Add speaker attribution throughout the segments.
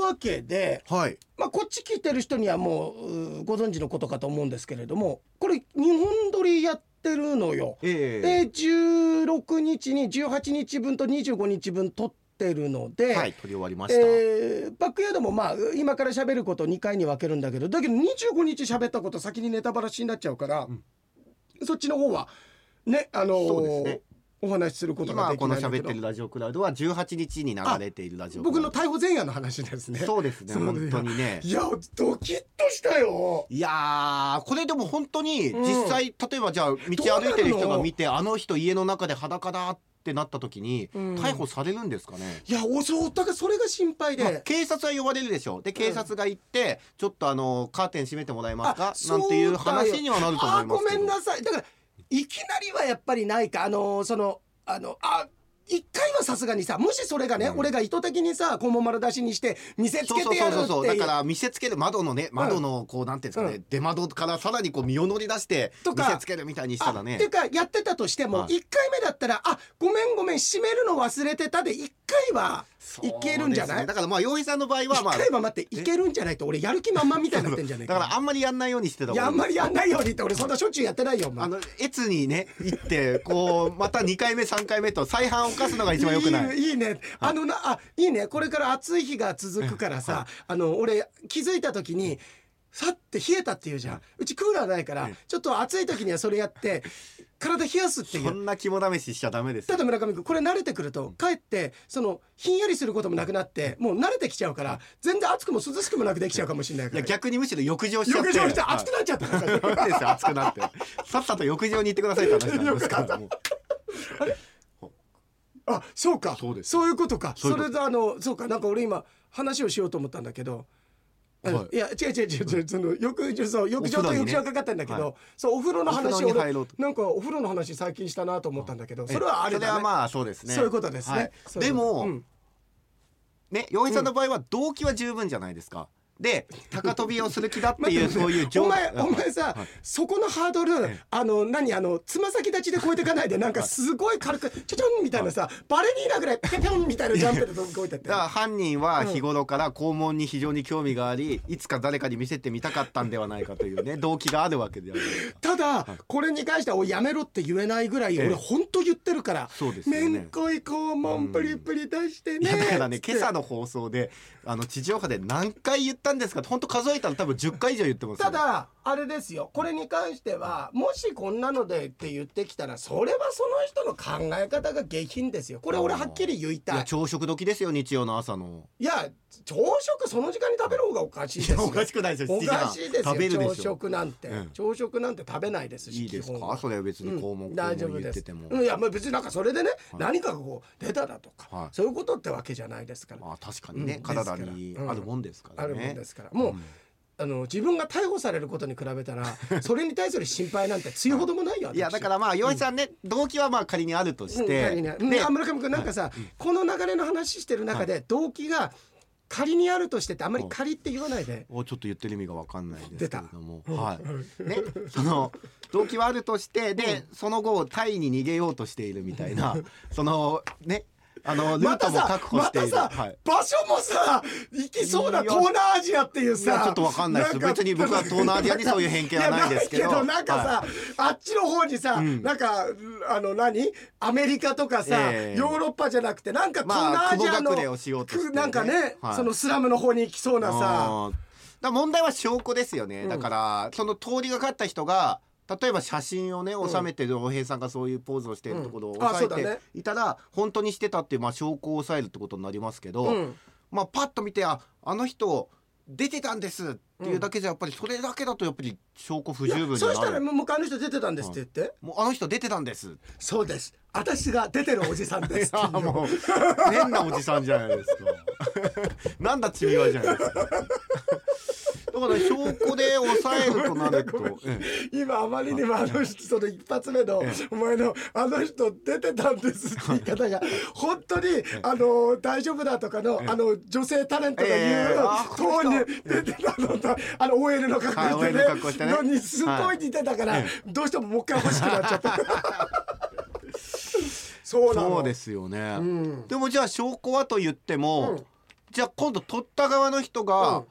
Speaker 1: わけで、
Speaker 2: はい
Speaker 1: まあ、こっち聞いてる人にはもううーご存知のことかと思うんですけれどもこれ日本撮りやってるのよ。
Speaker 2: ええ
Speaker 1: で16日に18日分と25日分撮ってるので、
Speaker 2: はい撮り終わりました、
Speaker 1: えーバックヤードもまあ今から喋ること2回に分けるんだけどだけど25日喋ったこと先にネタバラシになっちゃうから、
Speaker 2: うん
Speaker 1: そっちの方はねあのー
Speaker 2: そうですね
Speaker 1: お話しすることが
Speaker 2: 今
Speaker 1: でき
Speaker 2: こ
Speaker 1: な
Speaker 2: の
Speaker 1: いんだけ
Speaker 2: 喋って
Speaker 1: ど
Speaker 2: るラジオクラウドは18日に流れているラジオクラ
Speaker 1: 僕
Speaker 2: ウ
Speaker 1: の
Speaker 2: ド
Speaker 1: 逮捕前夜の話ですね。
Speaker 2: そうですね
Speaker 1: そう
Speaker 2: 本当にね
Speaker 1: いやドキッとしたよ
Speaker 2: いやーこれでも本当に
Speaker 1: うん
Speaker 2: 実際、例えばじゃあ道歩いてる人が見てあの人家の中で裸だってなった時に、
Speaker 1: うん
Speaker 2: 逮捕されるんですかね、
Speaker 1: いやおそうだからそれが心配
Speaker 2: まあ
Speaker 1: で。
Speaker 2: 警察は呼ばれるでしょうで警察が行って、ちょっとあのカーテン閉めてもらえま
Speaker 1: あ
Speaker 2: すかなんていう話にはなると思いますけ
Speaker 1: あー
Speaker 2: ど
Speaker 1: ごめんなさいだからいきなりはやっぱりないかあのーそのあのあ一回はさすがにさもしそれがね、
Speaker 2: うん
Speaker 1: 俺が意図的にさ肛門丸出しにして見せつ
Speaker 2: そう
Speaker 1: け
Speaker 2: そう
Speaker 1: て
Speaker 2: そ
Speaker 1: や
Speaker 2: う
Speaker 1: るって
Speaker 2: そうそう
Speaker 1: い
Speaker 2: だ
Speaker 1: う
Speaker 2: から見せつける窓のね窓のこうなんていうんですかね、
Speaker 1: う
Speaker 2: 出窓からさらにこう身を乗り出して
Speaker 1: と
Speaker 2: 見
Speaker 1: か
Speaker 2: せつけるみたいにしたら
Speaker 1: あ
Speaker 2: ね
Speaker 1: てかやってたとしても
Speaker 2: はい
Speaker 1: 一回目だったら「あごめんごめん閉めるの忘れてた」で一回は
Speaker 2: そう
Speaker 1: いけるんじゃ
Speaker 2: です
Speaker 1: な
Speaker 2: ね
Speaker 1: い
Speaker 2: だからまあ洋平さんの場合は
Speaker 1: 一
Speaker 2: まあ
Speaker 1: 回は待っていけるんじゃないと俺やる気満々みたいになってんじゃない
Speaker 2: だからあんまりやんないようにしてた
Speaker 1: い
Speaker 2: 方が
Speaker 1: やあんまりやんないようにって俺そんなしょっちゅうやってないよお前
Speaker 2: あの越にね行ってこうまた2回目3回目と再犯を犯すのが一番良くない
Speaker 1: いいいいねあのなあいいねこれから暑い日が続くからさあの俺気づいた時にさって冷えたっていうじゃんうちクーラーないから
Speaker 2: うん
Speaker 1: ちょっと暑い時にはそれやって体冷やすってい
Speaker 2: そ
Speaker 1: うん
Speaker 2: な肝試ししちゃダメです
Speaker 1: ただ村上君これ慣れてくるとかえってそのひんやりすることもなくなってもう慣れてきちゃうから全然暑くも涼しくもなくできちゃうかもしれない
Speaker 2: い
Speaker 1: か
Speaker 2: や
Speaker 1: ら
Speaker 2: 逆にむしろ浴場しちゃって
Speaker 1: 浴場して
Speaker 2: はい
Speaker 1: 暑くなっちゃったからさ
Speaker 2: ダメですよ暑くなってさっさと浴場に行ってくださいって話なんですからもう
Speaker 1: あそうか
Speaker 2: そうです
Speaker 1: いうことか
Speaker 2: そう
Speaker 1: そ
Speaker 2: いうこと
Speaker 1: れであのそうかなんか俺今話をしようと思ったんだけど、あの、
Speaker 2: はい
Speaker 1: や違う違う違う違うその浴場そう浴場
Speaker 2: お風呂
Speaker 1: と
Speaker 2: に
Speaker 1: 浴
Speaker 2: ね
Speaker 1: 場がかかったんだけど、
Speaker 2: はい
Speaker 1: そうお風呂の
Speaker 2: お
Speaker 1: 話
Speaker 2: 風呂に入
Speaker 1: 俺
Speaker 2: ろうと
Speaker 1: なんかお風呂の話最近したなと思ったんだけどそれはあれだ、ね、
Speaker 2: それはまあそうですね
Speaker 1: そういうことですね、
Speaker 2: はい
Speaker 1: そうい
Speaker 2: で
Speaker 1: うこと
Speaker 2: も、
Speaker 1: うん
Speaker 2: ね洋平さんの場合は動機は十分じゃないですかで高飛びをする気だっていう そういう
Speaker 1: お
Speaker 2: 情
Speaker 1: 前お前さ、
Speaker 2: はい
Speaker 1: そこのハードル、あの何あのつま先立ちで越えていかないでなんかすごい軽くちょちょんみたいなさ、バレリーナぐらいぴょんぴょんみたいなジャンプで飛び越えてっ て
Speaker 2: だから犯人は日頃から肛門に非常に興味があり、いつか誰かに見せてみたかったんではないかという ね動機があるわけではないですか
Speaker 1: ただこれに関してはおいやめろって言えないぐらい
Speaker 2: ええ
Speaker 1: 俺本当言ってるから
Speaker 2: そうですよね
Speaker 1: めんこい肛門プリプリ出して
Speaker 2: い
Speaker 1: ね
Speaker 2: やだからね
Speaker 1: つって
Speaker 2: 今朝の放送であの地上波で何回言ったんですか本当数えたら多分10回以上言ってますよ
Speaker 1: ただあれですよこれに関してはもしこんなのでって言ってきたらそれはその人の考え方が下品ですよこれ俺はっきり言い
Speaker 2: い
Speaker 1: た
Speaker 2: や
Speaker 1: い
Speaker 2: 朝食時ですよ日曜の朝の
Speaker 1: いや朝食その時間に食べる方がおかしいですよ
Speaker 2: おかしくないですよ
Speaker 1: お
Speaker 2: 7時半
Speaker 1: かしいですよ
Speaker 2: 食べるで
Speaker 1: 朝
Speaker 2: しょ
Speaker 1: 食なんて、
Speaker 2: うん
Speaker 1: 朝食なんて食べないですし
Speaker 2: いいです
Speaker 1: 基本は
Speaker 2: かそれは別に肛
Speaker 1: う
Speaker 2: 門
Speaker 1: ん
Speaker 2: 肛
Speaker 1: 大丈
Speaker 2: 門
Speaker 1: 夫
Speaker 2: 言
Speaker 1: で
Speaker 2: っ
Speaker 1: す
Speaker 2: てても、
Speaker 1: うんいやまあ別になんかそれでね、
Speaker 2: はい
Speaker 1: 何かこう出ただとか、
Speaker 2: はい
Speaker 1: そういうことってわけじゃないですから、
Speaker 2: まあ確かにね、
Speaker 1: うん
Speaker 2: 体にあるもんですからね、
Speaker 1: あるもんですからもう、あの自分が逮捕されることに比べたらそれに対する心配なんてつゆほどもないよ
Speaker 2: いやだかららまあ洋一さんね、動機はまあ仮にあると
Speaker 1: う
Speaker 2: し
Speaker 1: ん
Speaker 2: て、
Speaker 1: 仮にねうん
Speaker 2: で
Speaker 1: あ村上君なんかさ、この流れの話してる中で動機が仮にあるとしてってあんまり仮って言わないで、
Speaker 2: をちょっと言ってる意味がわかんないですけれども、
Speaker 1: た
Speaker 2: はい、ね、その動機はあるとして、で、その後タイに逃げようとしているみたいな、そのね、あのル
Speaker 1: ま
Speaker 2: ート
Speaker 1: た
Speaker 2: も
Speaker 1: さ
Speaker 2: 確保
Speaker 1: ま
Speaker 2: してい
Speaker 1: た
Speaker 2: る。
Speaker 1: さ、
Speaker 2: はい。
Speaker 1: 場所もさ行きそうない
Speaker 2: や
Speaker 1: 東南アジアっていう
Speaker 2: いや
Speaker 1: さ
Speaker 2: ちょっとわかんないです。
Speaker 1: か
Speaker 2: 別に僕は東南アジアにそういう偏見はないですけど、
Speaker 1: いやないなんかさ、
Speaker 2: は
Speaker 1: あっちの方にさ、なんかあの何アメリカとかさ、
Speaker 2: ええ
Speaker 1: ヨーロッパじゃなくてなんか東
Speaker 2: ま
Speaker 1: 南
Speaker 2: あ
Speaker 1: アジア
Speaker 2: 雲
Speaker 1: の、
Speaker 2: 隠れをしようとしてね
Speaker 1: なんかね、
Speaker 2: はい
Speaker 1: そのスラムの方に行きそう
Speaker 2: い
Speaker 1: なさ
Speaker 2: うんだから問題は証拠ですよね。だからその通りがかった人が。例えば写真をね収めてるお平さんがそういうポーズをしているところを
Speaker 1: うんあそ
Speaker 2: 押
Speaker 1: うだ
Speaker 2: さえ
Speaker 1: ね
Speaker 2: ていたら本当にしてたっていうまあ証拠を押さえるってことになりますけど、
Speaker 1: うん
Speaker 2: まあ、パッと見てああの人出てたんですっていうだけじゃやっぱりそれだけだとやっぱり証拠不
Speaker 1: いや
Speaker 2: 十分に
Speaker 1: そした
Speaker 2: な
Speaker 1: ら
Speaker 2: る、
Speaker 1: もう向かいの人出てたんですって言って、
Speaker 2: もうあの人出てたんです
Speaker 1: そうです私が出てるおじさんです ってい
Speaker 2: あ
Speaker 1: う
Speaker 2: もう変なおじさんじゃないですか なんだちみわじゃないですかだから証拠で 抑えるとなると、 ええ
Speaker 1: 今あまりにもあの人その一発目のお前のあの人出てたんですって言い方 が本当にあの大丈夫だとかのあの女性タレントが言
Speaker 2: ええあ
Speaker 1: う当に出てたのとあの OL の格好して
Speaker 2: はい OL の格好して
Speaker 1: ね
Speaker 2: ね
Speaker 1: のにすごい似てたからどうしてももう一回欲しくなっちゃった そうなの
Speaker 2: そうですよね、
Speaker 1: ん
Speaker 2: でもじゃあ証拠はと言っても、じゃあ今度取った側の人が、
Speaker 1: うん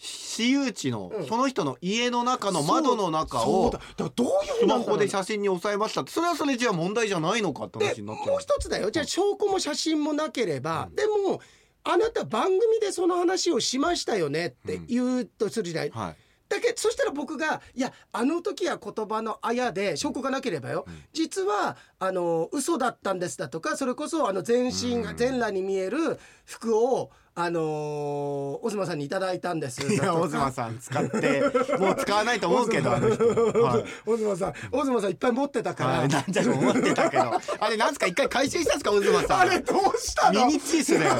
Speaker 2: 私有地の、
Speaker 1: うん
Speaker 2: その人の家の中の窓の中
Speaker 1: そう
Speaker 2: を
Speaker 1: だだからどういう
Speaker 2: スマ
Speaker 1: なんだろ
Speaker 2: ホ
Speaker 1: う
Speaker 2: で写真に抑えましたってそれはそれじゃあ問題じゃないのかって話
Speaker 1: で
Speaker 2: にな
Speaker 1: も
Speaker 2: っちゃう
Speaker 1: う一つだよじゃあ証拠も写真もなければ、
Speaker 2: うん
Speaker 1: でもあなた番組でその話をしましたよねって言うとするじゃない、
Speaker 2: はい
Speaker 1: だけそしたら僕が「いやあの時は言葉のあやで証拠がなければよ、
Speaker 2: うん
Speaker 1: 実はあの嘘だったんです」だとかそれこそあの全身が
Speaker 2: うん
Speaker 1: 全裸に見える服をあのオズマさんにいただいたんです
Speaker 2: い
Speaker 1: だ
Speaker 2: や
Speaker 1: とか
Speaker 2: オズマさん使 ってもう使わないと思うけどあの人、 はい
Speaker 1: オズマさんオズマさんいっぱい持ってたから、
Speaker 2: はい、なんじゃと思ってたけど あれなんすか一回回収したんですかオズマさん
Speaker 1: あれどうした
Speaker 2: ミ
Speaker 1: の
Speaker 2: ニチースだよ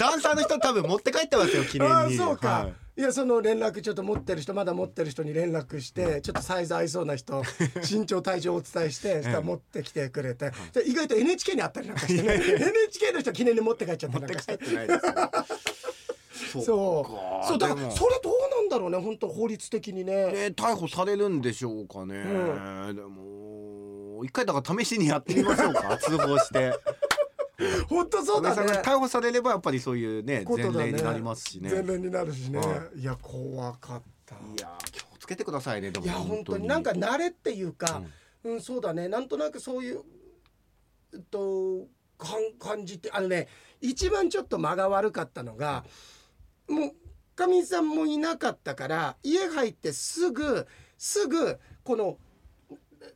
Speaker 2: ダンサーの人多分持って帰ってますよ記念に
Speaker 1: ああそうか、、
Speaker 2: はい
Speaker 1: やその連絡ちょっと持ってる人まだ持ってる人に連絡 してちょっとサイズ合いそうな人身長体重をお伝えしてしたら持ってきてくれて、で意外と NHK にあったりなんかしてね NHK の人記念に持って帰っちゃったりなんかして
Speaker 2: い、ないですよ
Speaker 1: そうそうだ
Speaker 2: で
Speaker 1: から
Speaker 2: も
Speaker 1: それどうなんだろうね本当法律的にね。
Speaker 2: えー逮捕されるんでしょうかね、でも一回だから試しにやってみましょ うか通報して
Speaker 1: 本当そう
Speaker 2: 安倍
Speaker 1: だ
Speaker 2: さん
Speaker 1: ね
Speaker 2: が逮捕されればやっぱりそういうね
Speaker 1: こと
Speaker 2: 前
Speaker 1: だね
Speaker 2: 例になりますしね
Speaker 1: 前例になるしね、、
Speaker 2: はい
Speaker 1: や怖かった
Speaker 2: いやー気をつけてくださいねでも
Speaker 1: いや本当になんか慣れっていう
Speaker 2: う
Speaker 1: か
Speaker 2: ん、
Speaker 1: うんそうだねなんとなくそういう、えっと、かん感じってあのね一番ちょっと間が悪かったのがもうかみさんもいなかったから家入ってすぐすぐこの。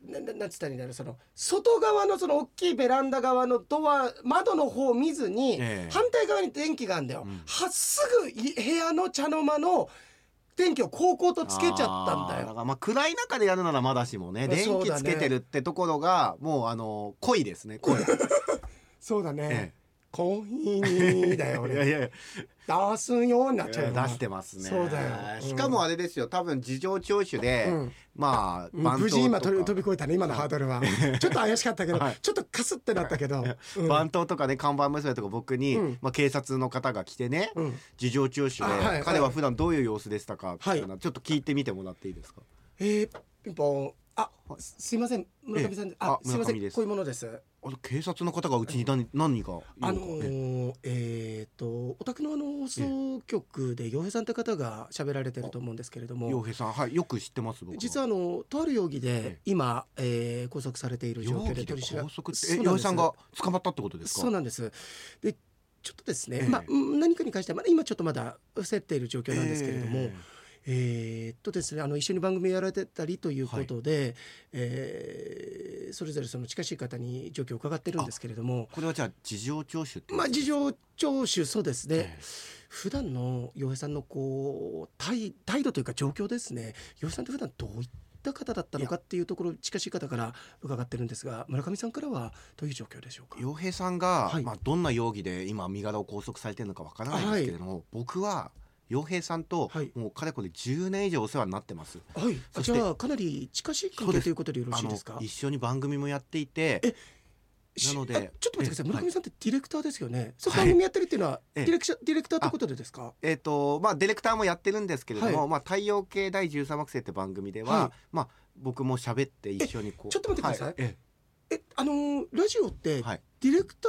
Speaker 1: なななんつったらいいんだろうその外側のその大きいベランダ側のドア窓の方を見ずに、
Speaker 2: ええ
Speaker 1: 反対側に電気があるんだよ、
Speaker 2: うん
Speaker 1: はすぐい部屋の茶の間の電気をこうこうとつけちゃったんだ
Speaker 2: あ
Speaker 1: よ
Speaker 2: ーだからまあ暗い中でやるならまだしもね電
Speaker 1: そう
Speaker 2: 気
Speaker 1: だ
Speaker 2: つ
Speaker 1: ね
Speaker 2: けてるってところがもうあの濃いですね 濃い、
Speaker 1: そうだね、
Speaker 2: え
Speaker 1: コーヒーにだよ
Speaker 2: え
Speaker 1: 俺
Speaker 2: いやいやいや
Speaker 1: 出すようになっ
Speaker 2: 出
Speaker 1: ちゃうよな
Speaker 2: してますね
Speaker 1: そうだようん
Speaker 2: しかもあれですよ多分事情聴取で、
Speaker 1: うん
Speaker 2: まあ
Speaker 1: うん無
Speaker 2: 頭
Speaker 1: 事今
Speaker 2: と
Speaker 1: 飛び
Speaker 2: か
Speaker 1: 飛び越えたね今のハードルはちょっと怪しかったけど、
Speaker 2: はい
Speaker 1: ちょっとかすってなったけど、うん
Speaker 2: 番頭とかね看板娘とか僕に、
Speaker 1: うん
Speaker 2: まあ、警察の方が来てね、
Speaker 1: うん
Speaker 2: 事情聴取で、
Speaker 1: あはい
Speaker 2: 彼は普段どういう様子でしたか、
Speaker 1: はい
Speaker 2: っていうのはちょっと聞いてみてもらっていいですか、
Speaker 1: えー、ピンポンあすすいません村上さん、
Speaker 2: ええ
Speaker 1: あ
Speaker 2: あ
Speaker 1: すいませ
Speaker 2: 村上
Speaker 1: ん
Speaker 2: です
Speaker 1: こういうものです
Speaker 2: あの警察の方がうちに何何人かいる
Speaker 1: あ
Speaker 2: の
Speaker 1: の
Speaker 2: かね
Speaker 1: ー、えっ、とお宅のあの放送局で洋平さんって方が喋られてると思うんですけれど
Speaker 2: 洋
Speaker 1: も
Speaker 2: 平さんはいよく知ってます僕
Speaker 1: 実はあのとある容疑
Speaker 2: え
Speaker 1: で
Speaker 2: え
Speaker 1: 今、えー、拘束されている状
Speaker 2: 容
Speaker 1: 況
Speaker 2: 疑
Speaker 1: で
Speaker 2: で
Speaker 1: 取り調べ
Speaker 2: 拘束って
Speaker 1: そう
Speaker 2: え
Speaker 1: なん
Speaker 2: 洋平
Speaker 1: です
Speaker 2: さんが捕まったってことですか
Speaker 1: そうなんです。で、ちょっとですね、
Speaker 2: ええ
Speaker 1: まあうん何かに関してはまだ今ちょっとまだ伏せっている状況なんですけれども、え
Speaker 2: え
Speaker 1: ーっとですね、あの一緒に番組やられてたりということで、えーそれぞれその近しい方に状況を伺ってるんですけれども
Speaker 2: え、これはじゃあ事情聴取って
Speaker 1: まあ事情聴取そうですね。
Speaker 2: ええ
Speaker 1: 普段の洋平さんのこう態態度というか状況ですね洋平さんって普段どういった方だったのかっていうところ近しい方から伺ってるんですが村上さんからはどういう状況でしょうか
Speaker 2: 洋平さんが、
Speaker 1: はい
Speaker 2: まあ、どんな容疑で今身柄を拘束されてるのかわからないんですけれども、僕は洋平さんと、
Speaker 1: はい
Speaker 2: もうかれこれ10年以上お世話になってます。
Speaker 1: はい、あ
Speaker 2: そして
Speaker 1: じゃあかなり近しい関
Speaker 2: そう
Speaker 1: 係
Speaker 2: です
Speaker 1: ということでよろ
Speaker 2: あ
Speaker 1: しい
Speaker 2: の
Speaker 1: ですか
Speaker 2: 一緒に番組もやっていて
Speaker 1: し
Speaker 2: なので
Speaker 1: あちょっと待ってください
Speaker 2: え
Speaker 1: 村上さんってディレクターですよねその
Speaker 2: はい
Speaker 1: 番組やってるっていうのは
Speaker 2: え
Speaker 1: デ
Speaker 2: え
Speaker 1: ィレクションディレクターということでですか
Speaker 2: えーとまあ、ディレクターもやってるんですけれども「
Speaker 1: は
Speaker 2: まあ、太陽系第13惑星」って番組では、
Speaker 1: はい
Speaker 2: まあ、僕も喋って一緒にこう
Speaker 1: ちょっと待ってください
Speaker 2: はえ
Speaker 1: えあのーラジオって
Speaker 2: え
Speaker 1: デ
Speaker 2: はい
Speaker 1: ィレクタ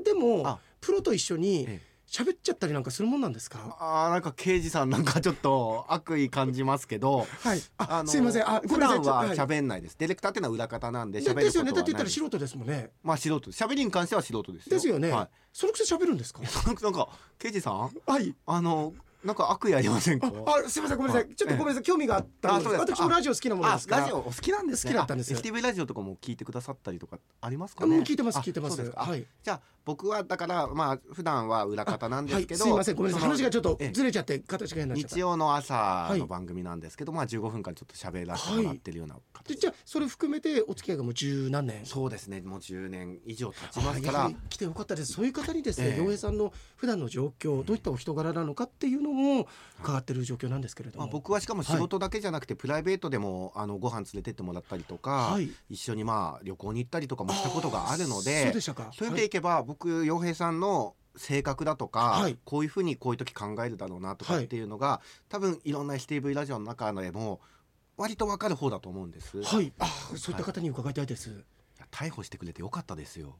Speaker 1: ーでも
Speaker 2: あ
Speaker 1: プロと一緒に
Speaker 2: ええ
Speaker 1: 喋っちゃったりなんかするもんなんですか
Speaker 2: あーなんか刑事さんなんかちょっと悪意感じますけど
Speaker 1: はいあ
Speaker 2: の
Speaker 1: すいませんあごめ
Speaker 2: 普
Speaker 1: んなさい
Speaker 2: 段は
Speaker 1: ちょっと
Speaker 2: 喋んないです、ディレクターってのは裏方なんで
Speaker 1: い
Speaker 2: 喋
Speaker 1: で
Speaker 2: ることはない
Speaker 1: ですよねだって言ったら
Speaker 2: です
Speaker 1: 素人ですもんね
Speaker 2: まあ素人です喋りに関しては素人ですよ
Speaker 1: ですよね
Speaker 2: は
Speaker 1: そのくせ喋るんですか
Speaker 2: い、 なんかなんか刑事さん
Speaker 1: はい
Speaker 2: あのなんか悪意ありませんか
Speaker 1: ああすいませんごめんなさ
Speaker 2: はい
Speaker 1: ちょっとごめんなさい興味があったんです
Speaker 2: あそうです
Speaker 1: 私もラジオ好きなもの
Speaker 2: あ
Speaker 1: ですから
Speaker 2: ラジオお好きなんですね
Speaker 1: 好きだったんです
Speaker 2: あ FTV ラジオとかも聞いてくださったりとかありますか
Speaker 1: う
Speaker 2: ね
Speaker 1: ん聞いてます
Speaker 2: あ
Speaker 1: 聞いてま
Speaker 2: そう
Speaker 1: す
Speaker 2: ですかあ
Speaker 1: はい
Speaker 2: じゃあ僕はだからまあ普段は裏方なんです
Speaker 1: は
Speaker 2: けど、
Speaker 1: い、すいませんごめんなさい
Speaker 2: その
Speaker 1: 話がちょっと
Speaker 2: ええ
Speaker 1: ずれちゃって形が変になっちゃった
Speaker 2: 日曜の朝
Speaker 1: はい
Speaker 2: の番組なんですけど、まあ15分間ちょっと喋らせてもらってるような形
Speaker 1: でじゃあそれ含めてお付き合いがもう十何年
Speaker 2: そうですねもう10年以上経ちま
Speaker 1: あ
Speaker 2: す
Speaker 1: や
Speaker 2: か
Speaker 1: は
Speaker 2: ら
Speaker 1: り来てよかったですそういう方にですね
Speaker 2: ええ
Speaker 1: 洋平さんの普段の状況どういったお人柄なのかっていうのも伺ってる状況なんですけれど
Speaker 2: まあ、
Speaker 1: も
Speaker 2: 僕はしかも仕事だけじゃなくて、プライベートでもあのご飯連れてってもらったりとか、
Speaker 1: はい
Speaker 2: 一緒にまあ旅行に行ったりとかもしたことがあるので
Speaker 1: そうでしたか
Speaker 2: そういうていけば、僕洋平さんの性格だとか、
Speaker 1: はい
Speaker 2: こういうふうにこういう時考えるだろうなとかっていうのが、多分いろんな STV ラジオの中でも割と分かる方だと思うんです、
Speaker 1: はいい、はいあそういった方に伺いたいです、
Speaker 2: や逮捕してくれてよかったですよ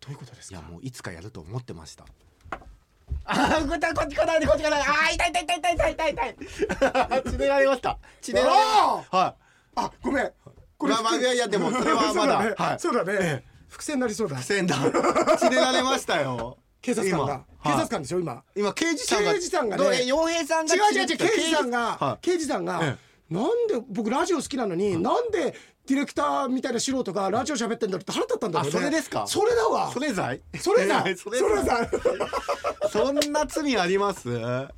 Speaker 1: どういうことです
Speaker 2: い
Speaker 1: か
Speaker 2: やもういつかやると思ってましたあーこっちこっち来ないでこっち来ないあー痛い痛い痛い痛い痛い痛い痛い 血でられました血でられ
Speaker 1: あ
Speaker 2: は
Speaker 1: あごめんこ
Speaker 2: まあまあいやいやでもそれはまだは
Speaker 1: そ
Speaker 2: い
Speaker 1: うだね,、そうだね伏線になりそうだ
Speaker 2: い線だ血でられましたよ
Speaker 1: 警察官が警 察
Speaker 2: 今はい
Speaker 1: 官でしょ今
Speaker 2: 今刑事さんが
Speaker 1: 刑事さんがね
Speaker 2: どうえ洋平さんが
Speaker 1: 違う違う違う
Speaker 2: 血で
Speaker 1: 刑事さんが
Speaker 2: はい
Speaker 1: 刑事さんが
Speaker 2: え
Speaker 1: なんで僕ラジオ好きなのになんでディレクターみたいな素人がラジオ喋ってんだろうって腹立ったんだろうね
Speaker 2: あそれですか
Speaker 1: それだわ
Speaker 2: それ罪
Speaker 1: それ だそ
Speaker 2: それ
Speaker 1: れ
Speaker 2: 罪
Speaker 1: だ
Speaker 2: そんな罪ありますは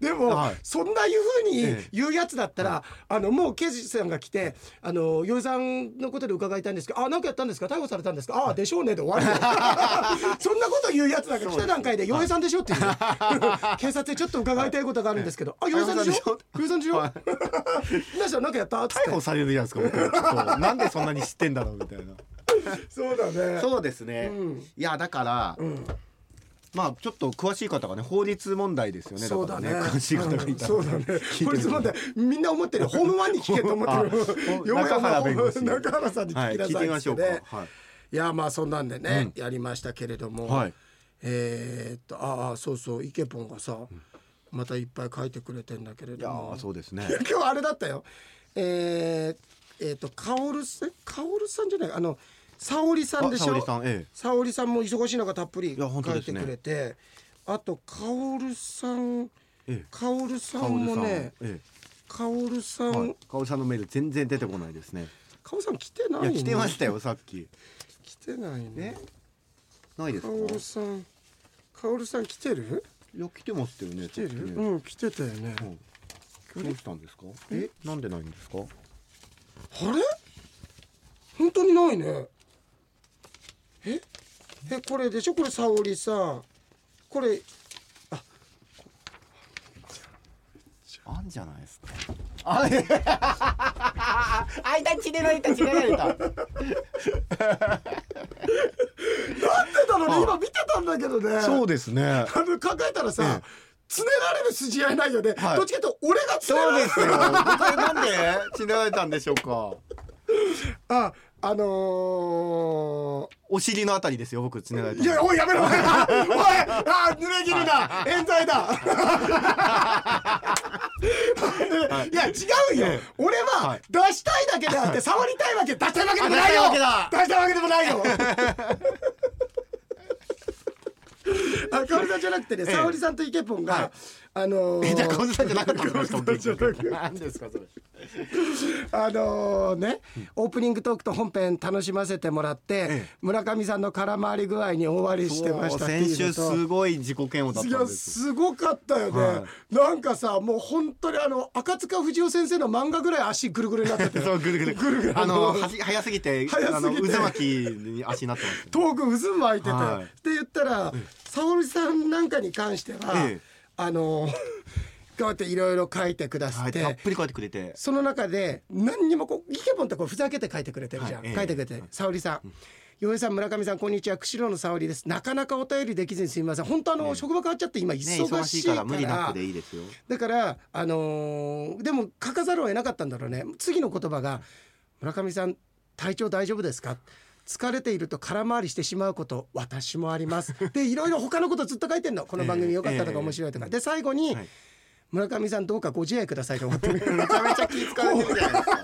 Speaker 1: でも、
Speaker 2: はい
Speaker 1: そんないうふうに
Speaker 2: ええ
Speaker 1: 言うやつだったら、あのもう刑事さんが来て「あの余井さんのことで伺いたいんですけどあ何かやったんですか逮捕されたんですかああでしょうね」で終わるよ そんなこと言うやつだから来た段階で「余井さんでしょ」って言う 警察でちょっと伺いたいことがあるんですけど「あ余井さんでしょ余井さんでしょ?」「 なし何かやった?」っつって
Speaker 2: 逮捕されるじゃないですか僕ちょっとなんでそんなに知ってんだろうみたいな
Speaker 1: そうだね
Speaker 2: そうですね、
Speaker 1: うん
Speaker 2: いやだから、
Speaker 1: ん
Speaker 2: まあちょっと詳しい方がね法律問題ですよね
Speaker 1: そうだね。
Speaker 2: から詳しい方がいたら、
Speaker 1: うんそうだね。
Speaker 2: いてみよう
Speaker 1: これつまんでみんな思ってるよホームワンに聞けと思ってる
Speaker 2: あ。
Speaker 1: ようやく
Speaker 2: 中原弁護士
Speaker 1: 中原さんに
Speaker 2: は
Speaker 1: 聞
Speaker 2: い
Speaker 1: きなさいっつってね。
Speaker 2: 聞いてみましょうかはい
Speaker 1: いやまあそんなんでね、やりましたけれども、
Speaker 2: はい
Speaker 1: えーっとああそうそうイケポンがさ、またいっぱい書いてくれてんだけれ
Speaker 2: い
Speaker 1: ど
Speaker 2: や
Speaker 1: も
Speaker 2: ーそうですね
Speaker 1: 今日あれだったよえー、えーっとカオルさんカオルさんじゃないあの沙織さんでしょ
Speaker 2: あ沙織さんええ
Speaker 1: 沙織さんも忙しい中たっぷり
Speaker 2: いや
Speaker 1: 書
Speaker 2: 本当で
Speaker 1: い
Speaker 2: す
Speaker 1: て
Speaker 2: ね
Speaker 1: くれて、あとカオルさん
Speaker 2: ええ
Speaker 1: カオルさ
Speaker 2: カオ
Speaker 1: ん
Speaker 2: ル
Speaker 1: も
Speaker 2: さん、
Speaker 1: ね
Speaker 2: え
Speaker 1: カオルさ
Speaker 2: え
Speaker 1: ん、
Speaker 2: はい、カオルさんのメール全然出てこないですね
Speaker 1: カオルさん来てない
Speaker 2: い
Speaker 1: ね
Speaker 2: や来てましたよさっき
Speaker 1: 来てないね
Speaker 2: ないです
Speaker 1: カ
Speaker 2: か
Speaker 1: オルさんカオルさん来てる
Speaker 2: いや来てますよ
Speaker 1: 来
Speaker 2: ね
Speaker 1: て
Speaker 2: さっき
Speaker 1: る、
Speaker 2: ね
Speaker 1: うん来てたよね、
Speaker 2: うんどうしたんですかえなんでないんですか
Speaker 1: あれ本当にないねええこれでしょこれ沙織さんこ れ
Speaker 2: あんじゃないですかあいあいたちでられたちでられた
Speaker 1: なんでだろうね今見てたんだけどね
Speaker 2: そうですね
Speaker 1: あの考えたらさ、
Speaker 2: え
Speaker 1: つねられる筋合いないよね、
Speaker 2: はい
Speaker 1: どっちかというと俺がつねら
Speaker 2: そう
Speaker 1: れ
Speaker 2: で
Speaker 1: る
Speaker 2: すよ。なんで死なれたんでしょうか。
Speaker 1: ああの
Speaker 2: お尻のあたりですよ。僕死なられ
Speaker 1: ー、
Speaker 2: た。
Speaker 1: いやおいや めろおいあー濡れ切りだ冤罪だいや違うよ、
Speaker 2: ええ
Speaker 1: 俺は
Speaker 2: はい
Speaker 1: 出したいだけであ って触りたいわけ出したいわけでもないよ
Speaker 2: あ
Speaker 1: 出したいわけでもない よあかおりさんじゃなくてね、沙織さんとイケポンが、
Speaker 2: はい
Speaker 1: あのー
Speaker 2: えじゃあ小津さんじゃなかったんですか。
Speaker 1: 小津さんじゃなく
Speaker 2: 何ですかそれ。
Speaker 1: あのね、オープニングトークと本編楽しませてもらって、
Speaker 2: え
Speaker 1: 村上さんの空回り具合に大割りしてましたって
Speaker 2: 先
Speaker 1: いう
Speaker 2: 週
Speaker 1: のと
Speaker 2: すごい自己嫌悪だっ
Speaker 1: い
Speaker 2: たん
Speaker 1: や
Speaker 2: です。
Speaker 1: すごかったよね、
Speaker 2: は
Speaker 1: なんかさもう本当にあの赤塚不二夫先生の漫画ぐらい足ぐるぐるになってて
Speaker 2: そうぐるぐる
Speaker 1: ぐるぐる
Speaker 2: あのはじ早すぎて
Speaker 1: 早す
Speaker 2: あの
Speaker 1: ぎて
Speaker 2: 渦巻きに足になってます。
Speaker 1: トーク渦巻いてて、
Speaker 2: はい
Speaker 1: って言ったら沙織さんなんかに関しては、
Speaker 2: ええ
Speaker 1: あのこうやっていろいろ書いてくださ
Speaker 2: は
Speaker 1: っ
Speaker 2: い
Speaker 1: て、
Speaker 2: たっぷり書いてくれて。
Speaker 1: その中で何にもこうイケボンってこうふざけて書いてくれてるじゃん、
Speaker 2: はいええ
Speaker 1: 書いてくれて、沙織さん洋平さん村上さんこんにちは釧路の沙織ですなかなかお便りできずにすみません本当あの、職場変わっちゃって今
Speaker 2: ね
Speaker 1: 忙
Speaker 2: 忙
Speaker 1: しい
Speaker 2: しい
Speaker 1: か,、
Speaker 2: からら無理なくでいいですよ。
Speaker 1: だからあのーでも書かざるを得なかったんだろうね次の言葉が「村上さん体調大丈夫ですか?」疲れていると空回りしてしまうこと私もあり ますでいろいろ他のことずっと書いてんのこの番組良かったと
Speaker 2: ええ
Speaker 1: か面白いとか、で最後に、
Speaker 2: はい
Speaker 1: 村上さんどうかご自愛ください」と思ってる
Speaker 2: めちゃめちゃ気使われてるじゃないですか。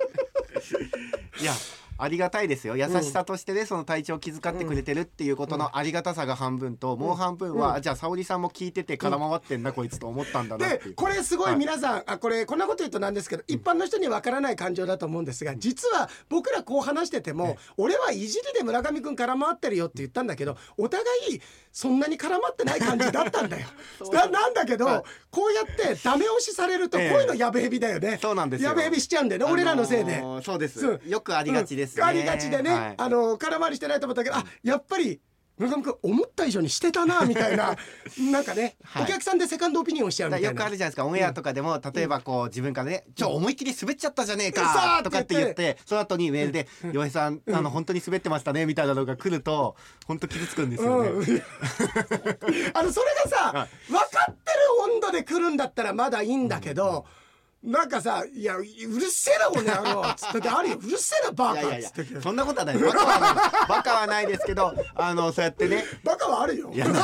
Speaker 2: いや。ありがたいですよ優しさとしてね、その体調を気遣ってくれてるっていうことのありがたさが半分と、もう半分は、じゃあ沙織さんも聞いてて空回ってんな、こいつと思ったんだなってい
Speaker 1: で
Speaker 2: う
Speaker 1: これすごい皆さん、あこれこんなこと言うとなんですけど一般の人にはわからない感情だと思うんですが実は僕らこう話してても俺はいじりで村上君絡まってるよって言ったんだけどお互いそんなに絡まってない感じだったん だよななんだけど、こうやってダメ押しされるとこう
Speaker 2: ええ
Speaker 1: いうのやべえびだよね、
Speaker 2: そうなんですよ
Speaker 1: やべえびしちゃうんだよね、俺らのせいで。
Speaker 2: あのーそうです
Speaker 1: そう
Speaker 2: よくありがちで
Speaker 1: う
Speaker 2: すね、
Speaker 1: んありがちでね、
Speaker 2: はい
Speaker 1: あの空回りしてないと思ったけど、あやっぱり村上君思った以上にしてたなみた いななんかね、
Speaker 2: はい
Speaker 1: お客さんでセカンドオピニオンしちゃうみ
Speaker 2: だ
Speaker 1: た
Speaker 2: か
Speaker 1: い
Speaker 2: ら
Speaker 1: な
Speaker 2: よくあるじゃないですかオンエアとかでも、例えばこう自分からね「ちょ思いっきり滑っちゃったじゃねえか」
Speaker 1: 嘘
Speaker 2: とかって言ってその後にメールで「洋平さんあの本当に滑ってましたね」みたいなのが来ると本当傷つくんですよね。
Speaker 1: うん あのそれがさ、
Speaker 2: は
Speaker 1: 分かってる温度で来るんだったらまだいいんだけど、なんかさ「いやうるせえなこの野郎」っつっててあるよ「うるせえなバ
Speaker 2: いやい
Speaker 1: カ」っ
Speaker 2: やい
Speaker 1: つ
Speaker 2: や
Speaker 1: ってて、
Speaker 2: そんなことはない。バカはない。バカはないですけど、あの、そうやってね。
Speaker 1: バカはあるよ
Speaker 2: いや、ない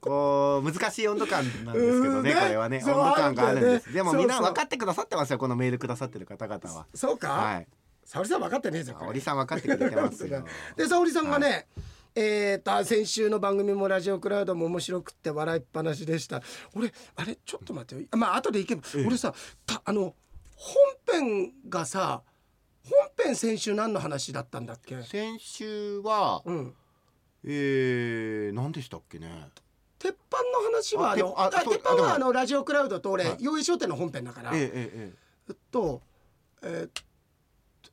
Speaker 2: こう難しい温度感なんですけ
Speaker 1: う
Speaker 2: どね
Speaker 1: んね
Speaker 2: これはね
Speaker 1: そう
Speaker 2: 温度感があるんです、
Speaker 1: あるんだよね
Speaker 2: でも
Speaker 1: そう
Speaker 2: み
Speaker 1: そうん
Speaker 2: な分かってくださってますよこのメールくださってる方々は
Speaker 1: そうか、
Speaker 2: はい
Speaker 1: 沙織さん分かってねえぞこ
Speaker 2: お
Speaker 1: れ
Speaker 2: りさん分かってくれてます よ
Speaker 1: で沙織さんがね、えー、と先週の番組も「ラジオクラウド」も面白くって笑いっぱなしでした俺あれちょっと待ってよあまあ後でいけば、俺さたあの本編がさ本編先週何の話だったんだっけ
Speaker 2: 先週は
Speaker 1: うん
Speaker 2: えー、何でしたっけね
Speaker 1: 鉄板の話はあ
Speaker 2: あ
Speaker 1: の
Speaker 2: 鉄あ
Speaker 1: あ
Speaker 2: そう
Speaker 1: 鉄板
Speaker 2: あでも
Speaker 1: はあのラジオクラウドと俺
Speaker 2: はい
Speaker 1: 「用意商店」の本編だから、
Speaker 2: ええ
Speaker 1: え
Speaker 2: え
Speaker 1: っとえー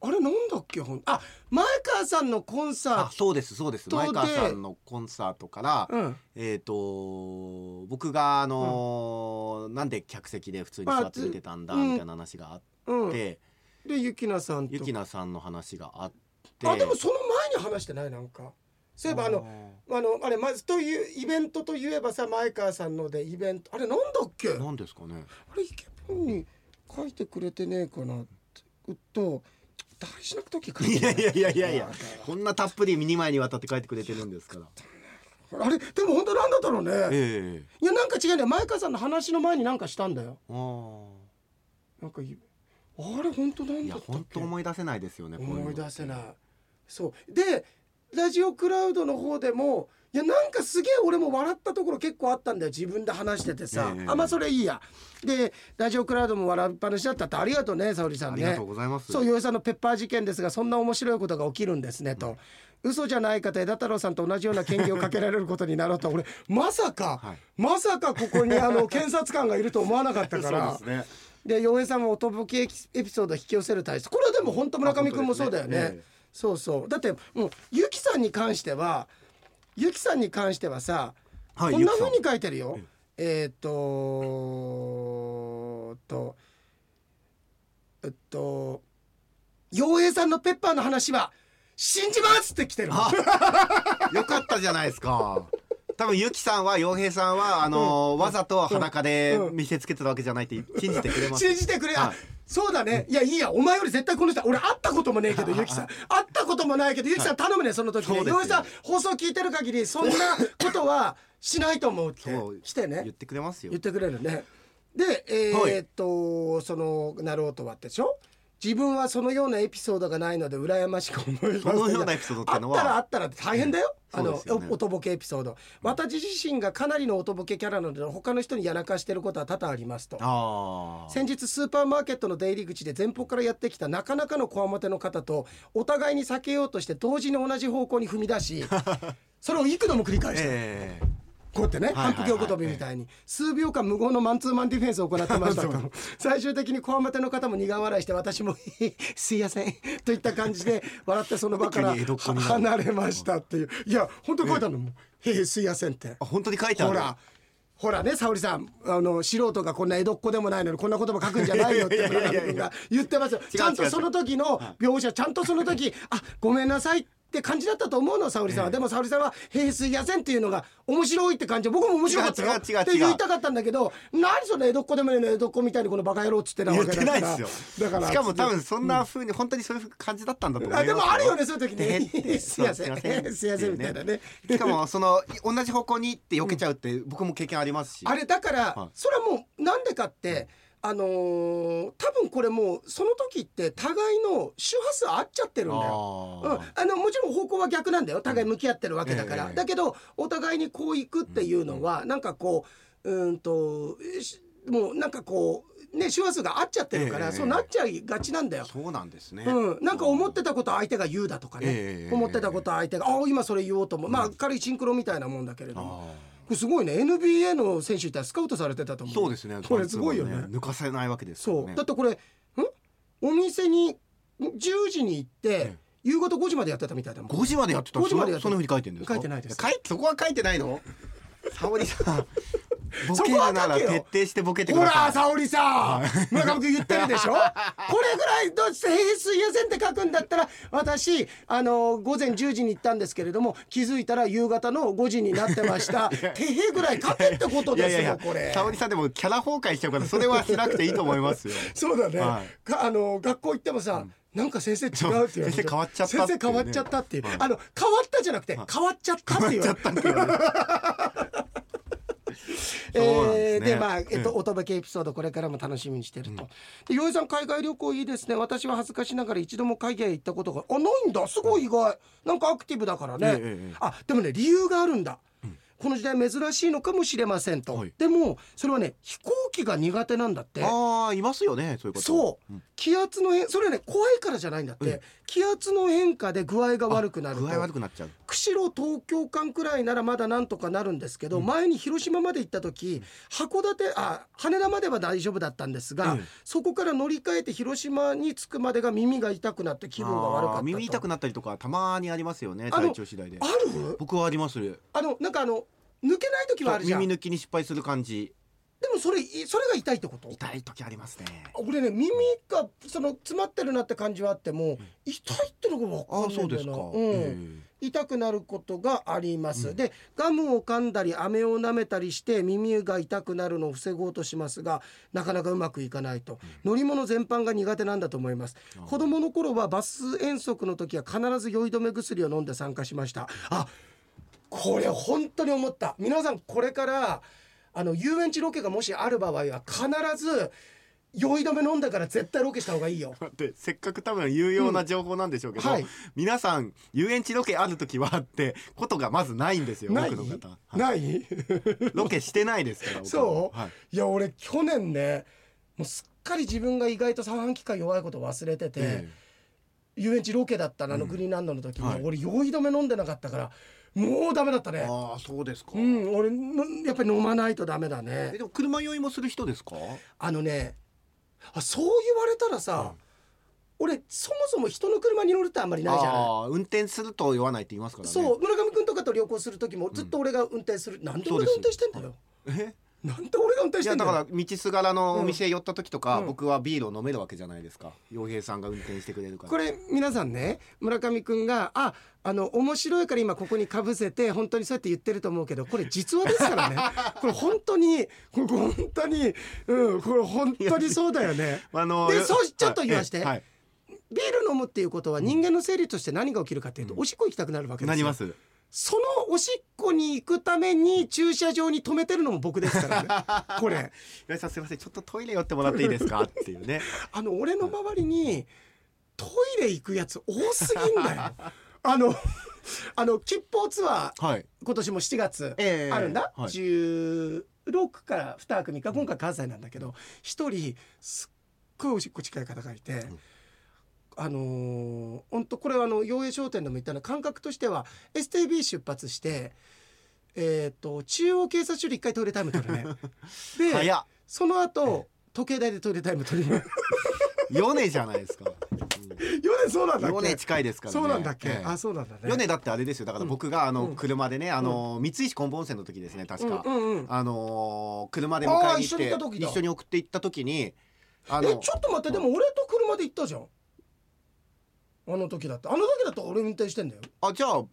Speaker 1: あれなんだっけほんあ前川さんのコン
Speaker 2: あ
Speaker 1: サ
Speaker 2: そうですそうです
Speaker 1: と
Speaker 2: 前川
Speaker 1: で
Speaker 2: さんのコンサートか
Speaker 1: ー、
Speaker 2: ら
Speaker 1: ト、うん、
Speaker 2: えっ、と僕があのーなんで客席で普通に座って見てたんだ
Speaker 1: まあつ
Speaker 2: みたいな話があ
Speaker 1: う
Speaker 2: っ
Speaker 1: ん、で
Speaker 2: て、
Speaker 1: ゆきなさんと
Speaker 2: ゆきなさんの話があって
Speaker 1: あでもその前に話してないなんかそういえばあのあのあれまずというイベントといえばさ前川さんのでイベントあれなんだっけ
Speaker 2: あー
Speaker 1: あ
Speaker 2: なんですかね
Speaker 1: れイケポンに書いてくれてねえかなってうっと大事な時書い
Speaker 2: い
Speaker 1: てな
Speaker 2: や
Speaker 1: い
Speaker 2: いやいやいやいやこんなたっぷりミニ前にわたって書いてくれてるんですから
Speaker 1: あれでも本当なんだったろうね
Speaker 2: ええ
Speaker 1: いやなんか違うんだよ前川さんの話の前になんかしたんだよ
Speaker 2: ああ
Speaker 1: なんかいあれ本当ないんだっ
Speaker 2: や
Speaker 1: たっ
Speaker 2: 本
Speaker 1: け
Speaker 2: 当思い出せないですよねこううの
Speaker 1: 思い出せないそうでラジオクラウドの方でもいやなんかすげえ俺も笑ったところ結構あったんだよ自分で話しててさ、
Speaker 2: ええ
Speaker 1: あまあそれいいやでラジオクラウドも笑いっぱなしだったってありがとうね沙織さん
Speaker 2: あ
Speaker 1: ね
Speaker 2: りがとうございます
Speaker 1: そう洋江さんのペッパー事件ですがそんな面白いことが起きるんですねと、嘘じゃない方枝太郎さんと同じような権限をかけられることになろうと俺まさか、
Speaker 2: はい
Speaker 1: まさかここにあの検察官がいると思わなかったから
Speaker 2: そうですね
Speaker 1: で洋平さんもおとぼけエピソードを引き寄せる体質これはでも本当村上君もそうだよね
Speaker 2: あ本当ですねえ
Speaker 1: そうそうだってもうゆきさんに関してはゆきさんに関してはさ、
Speaker 2: はい
Speaker 1: こんな
Speaker 2: ゆきさ
Speaker 1: 風
Speaker 2: ん
Speaker 1: に書いてるよえっ、ととえっと洋平さんのペッパーの話は信じますって来てる
Speaker 2: あよかったじゃないですか。多分ゆきさんは洋平さんはあのーわざと裸で見せつけてたわけじゃないって信じてくれます。
Speaker 1: 信じてくれ、あ
Speaker 2: はい
Speaker 1: そうだねいやいいやお前より絶対この人俺会ったこともねえけどゆきさん会ったこともないけどゆきさん頼むねその時
Speaker 2: そ
Speaker 1: ね
Speaker 2: うです
Speaker 1: よ
Speaker 2: よ
Speaker 1: うさん放送聞いてる限りそんなことはしないと思うって
Speaker 2: そう
Speaker 1: 来てね
Speaker 2: 言ってくれますよ
Speaker 1: 言っ。てくれるねでえ
Speaker 2: はい
Speaker 1: ーっとそのなろうとはってでしょ自分はそのようなエピソードがないので羨ましく思います
Speaker 2: そのようなエピソードってのは
Speaker 1: あったらあったらって大変だよ、
Speaker 2: うん
Speaker 1: あ
Speaker 2: そう
Speaker 1: の
Speaker 2: ですよね
Speaker 1: おおとぼけエピソード私自身がかなりのおとぼけキャラなので他の人にやらかしてることは多々ありますと
Speaker 2: ああ。
Speaker 1: 先日スーパーマーケットの出入り口で前方からやってきたなかなかのこわもての方とお互いに避けようとして同時に同じ方向に踏み出 しそれを幾度も繰り返した、
Speaker 2: え
Speaker 1: こうやってね
Speaker 2: はいはい
Speaker 1: 反復横跳びみたいに数秒間無言のマンツーマンディフェンスを行ってました と最終的にこわもての方も苦笑いして私も「すいやせん」といった感じで笑ってその場から
Speaker 2: 急に江戸っ子になる
Speaker 1: 離れましたっていういや本当に書いたのも「へえすいやせん」って
Speaker 2: え。。本当に書いてあ
Speaker 1: ほ
Speaker 2: る。
Speaker 1: らほらね沙織さんあの素人がこんな江戸っ子でもないのにこんな言葉書くんじゃないよって村上君が言ってますよちゃんとその時の描写ちゃんとその時あごめんなさいって感じだったと思うの沙織さんは、でも沙織さんは「平水やせん」っていうのが面白いって感じ僕も面白かったよ
Speaker 2: 違う違う違う違う
Speaker 1: って言いたかったんだけど何その江戸っ子でもないの江戸っ子みたいにこのバカ野郎っつってな
Speaker 2: 言
Speaker 1: わ
Speaker 2: っ
Speaker 1: けだ
Speaker 2: て
Speaker 1: から
Speaker 2: ないですよ。
Speaker 1: だから
Speaker 2: しかも多分そんな風に本当にそういう感じだったんだと思いま
Speaker 1: あ
Speaker 2: す
Speaker 1: で
Speaker 2: よ。
Speaker 1: もあるよねそういう時
Speaker 2: て へっ
Speaker 1: ね「
Speaker 2: て
Speaker 1: すいやせ
Speaker 2: そ
Speaker 1: ん
Speaker 2: うすいません
Speaker 1: すいやせん」みたいなね。
Speaker 2: しかもその同じ方向にって避けちゃうって僕も経験ありますし。
Speaker 1: あれだから、
Speaker 2: はい
Speaker 1: それはもうなんでかって、あのー多分これもうその時って互いの周波数合っちゃってるんだよ。うん、
Speaker 2: あ
Speaker 1: あのもちろん方向は逆なんだよ互い向き合ってるわけだから、
Speaker 2: ええ
Speaker 1: だけどお互いにこう行くっていうのは、なんかこううーんとしもうなんかこうね周波数が合っちゃってるから、
Speaker 2: ええ
Speaker 1: そうなっちゃいがちなんだ
Speaker 2: あ。
Speaker 1: よ。
Speaker 2: そうなんですね。
Speaker 1: うん、なんか思ってたこと相手が言うだとかね、
Speaker 2: ええ
Speaker 1: 思ってたこと相手が「ああ今それ言おうと思う」まあ軽いシンクロみたいなもんだけれども
Speaker 2: ああ。
Speaker 1: これすごいね NBA の選手いたらスカウトされてたと思う
Speaker 2: そうですね。
Speaker 1: これすごいよね
Speaker 2: 抜かせないわけですから
Speaker 1: そう
Speaker 2: ね。
Speaker 1: だってこれんお店にん10時に行って、
Speaker 2: え
Speaker 1: 夕方5時までやってたみたいだもん
Speaker 2: 5時までやってたん
Speaker 1: 5時までやってた
Speaker 2: そんなふうに書いてるんですか
Speaker 1: 書いてないです
Speaker 2: 書いそこは書いてないの沙織さん ボ
Speaker 1: そ
Speaker 2: ケ
Speaker 1: こ
Speaker 2: る
Speaker 1: は書けよ
Speaker 2: なら徹底してボケてく
Speaker 1: ほ
Speaker 2: ださ
Speaker 1: ら
Speaker 2: い
Speaker 1: 沙織さん村上君言ってるで しょこれぐらいどうして平水優先って書くんだったら私あの午前10時に行ったんですけれども気づいたら夕方の5時になってましたてへぐらい書けってこと
Speaker 2: いやい
Speaker 1: です
Speaker 2: や
Speaker 1: よ
Speaker 2: いや
Speaker 1: これ
Speaker 2: 沙織さんでもキャラ崩壊しちゃうからそれはしなくていいと思いま すよ
Speaker 1: そうだね、
Speaker 2: はい
Speaker 1: かあの学校行ってもさ、なんか先生違うって言われて
Speaker 2: そう先生変わっちゃったっていう
Speaker 1: 先生
Speaker 2: ね
Speaker 1: 変わっちゃったっていう、
Speaker 2: はい
Speaker 1: あの変わったじゃなくて変わっちゃったっていう
Speaker 2: ちゃったんだよねそうなんですね
Speaker 1: えーでまあ、えっと、
Speaker 2: うん
Speaker 1: おとぼけエピソードこれからも楽しみにしてると、でよいさん海外旅行いいですね私は恥ずかしながら一度も海外へ行ったことがあないんだすごい意外なんかアクティブだからね、
Speaker 2: ええええ
Speaker 1: あでもね理由があるんだ、この時代珍しいのかもしれませんと、
Speaker 2: はい
Speaker 1: でもそれはね飛行機が苦手なんだって
Speaker 2: ああいますよねそういうこと
Speaker 1: そう、
Speaker 2: ん
Speaker 1: 気圧の変それはね怖いからじゃないんだって、
Speaker 2: うん
Speaker 1: 気圧の変化で具合が悪くなると
Speaker 2: 具合悪くなっちゃう
Speaker 1: 釧路東京間くらいならまだなんとかなるんですけど、前に広島まで行った時函館あ羽田までは大丈夫だったんですが、
Speaker 2: うん
Speaker 1: そこから乗り換えて広島に着くまでが耳が痛くなって気分が悪かった
Speaker 2: あ
Speaker 1: と
Speaker 2: ー耳痛くなったりとかたまにありますよね
Speaker 1: あの
Speaker 2: 体調次第で
Speaker 1: ある
Speaker 2: 僕はありますよ
Speaker 1: あのなんかあの抜けない時はあるじゃん
Speaker 2: 耳
Speaker 1: で
Speaker 2: 抜きに失敗する感じ
Speaker 1: もそれいそれが痛いってこと
Speaker 2: 痛い時ありますね
Speaker 1: 俺ね耳がその詰まってるなって感じはあっても痛いってのが分かん
Speaker 2: ああ
Speaker 1: ないんだ
Speaker 2: そ
Speaker 1: よ
Speaker 2: う
Speaker 1: な
Speaker 2: ですか、
Speaker 1: ん
Speaker 2: え
Speaker 1: 痛くなることがあります、
Speaker 2: うん
Speaker 1: でガムを噛んだり飴を舐めたりして耳が痛くなるのを防ごうとしますがなかなかうまくいかないと、乗り物全般が苦手なんだと思います
Speaker 2: あー
Speaker 1: 子供の頃はバス遠足の時は必ず酔い止め薬を飲んで参加しましたあこれ本当に思った皆さんこれからあの遊園地ロケがもしある場合は必ず酔い止め飲んだから絶対ロケした方がいいよ
Speaker 2: えでせっかく多分有用な情報なんでしょうけど、
Speaker 1: うんはい
Speaker 2: 皆さん遊園地ロケある時はってことがまずないんですよ
Speaker 1: ない
Speaker 2: 多くの方、は い
Speaker 1: ない
Speaker 2: ロケしてないですから僕は
Speaker 1: そう、
Speaker 2: はい
Speaker 1: い、や俺去年ねもうすっかり自分が意外と三半規管弱いこと忘れてて、
Speaker 2: え
Speaker 1: 遊園地ロケだったなあの
Speaker 2: うん
Speaker 1: グリーンランドの時に、
Speaker 2: はい
Speaker 1: 俺酔い止め飲んでなかったからもうダメだった
Speaker 2: え
Speaker 1: ね
Speaker 2: ああそうですか、
Speaker 1: うん俺のやっぱり飲まないとダメだね
Speaker 2: えでも車酔いもする人ですか
Speaker 1: あのねあそう言われたらさ、俺そもそも人の車に乗るってあんまりないじゃない
Speaker 2: ああ運転すると酔わないって言いますからね
Speaker 1: そう村上君とかと旅行する時もずっと俺が運転する、なんで俺が運転してんだよ
Speaker 2: え
Speaker 1: なんで俺が運転
Speaker 2: い
Speaker 1: して
Speaker 2: や
Speaker 1: んだ
Speaker 2: だ
Speaker 1: よ
Speaker 2: から道すがらのお店寄った時とか、
Speaker 1: うん
Speaker 2: 僕はビールを飲めるわけじゃないですか洋平さんが運転してくれるから
Speaker 1: これ皆さんね村上くんが「ああの面白いから今ここにかぶせて本当にそうやって言ってると思うけどこれ実話ですから ねこれ本当にこれ本当にうんこれ本当にそうだよね。
Speaker 2: あの
Speaker 1: でそうちょっと言わして
Speaker 2: はいはい
Speaker 1: ビール飲むっていうことは人間の生理として何が起きるかっていうと、おしっこ行きたくなるわけですよ
Speaker 2: なります
Speaker 1: そのおしっこに行くために駐車場に止めてるのも僕です からねこれ。
Speaker 2: 岩井さんすいませんちょっとトイレ寄ってもらっていいですかっていうね
Speaker 1: あの俺の周りにトイレ行くやつ多すぎ んだよ。あのあの吉報ツアー
Speaker 2: はい
Speaker 1: 今年も7月
Speaker 2: ええ
Speaker 1: あるんだ、
Speaker 2: はい
Speaker 1: 16から2組か今回関西なんだけど一人すっごいおしっこ近い方がいて、あのー、ほんとこれはあの洋栄商店でも言ったの感覚としては STB 出発して。えー、と中央警察署で一回トイレタイム取る ねで
Speaker 2: 早っ
Speaker 1: その後時計台でトイレタイム取 ります
Speaker 2: 米じゃない ですか
Speaker 1: 米そうなんだっけ
Speaker 2: 米近いですからね
Speaker 1: そうなんだっけ、
Speaker 2: ええ
Speaker 1: あそうなんだね
Speaker 2: 米だってあれですよだから僕があの
Speaker 1: うん
Speaker 2: 車でねあの三石昆布温泉の時ですね確か
Speaker 1: うんうんうん、
Speaker 2: あのー車で迎えに行っ
Speaker 1: あー一緒に行った時
Speaker 2: て
Speaker 1: だ
Speaker 2: 一緒に送って行った時にあ
Speaker 1: え
Speaker 2: の
Speaker 1: ちょっと待ってでも俺と車で行ったじゃんあの時だってあの時だって俺運転してんだよ
Speaker 2: あじゃあ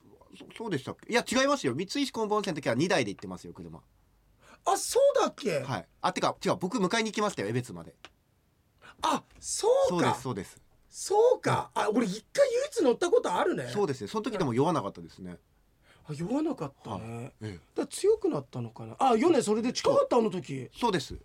Speaker 2: そそうでしたっけいや違いますよ三石昆布温泉の時は2台で行ってますよ車
Speaker 1: あそうだっけ、
Speaker 2: はいあてか違う僕迎えに行きましたよ江別まで
Speaker 1: あそう
Speaker 2: そうで
Speaker 1: か
Speaker 2: す
Speaker 1: そう
Speaker 2: そうです
Speaker 1: かあ俺一回唯一乗ったことあるね
Speaker 2: そうですねその時でも酔わなかったですね
Speaker 1: あ酔わなかったね、だか
Speaker 2: ええ
Speaker 1: ら強くなったのかなあヨネそれで近かったあの時
Speaker 2: そうです。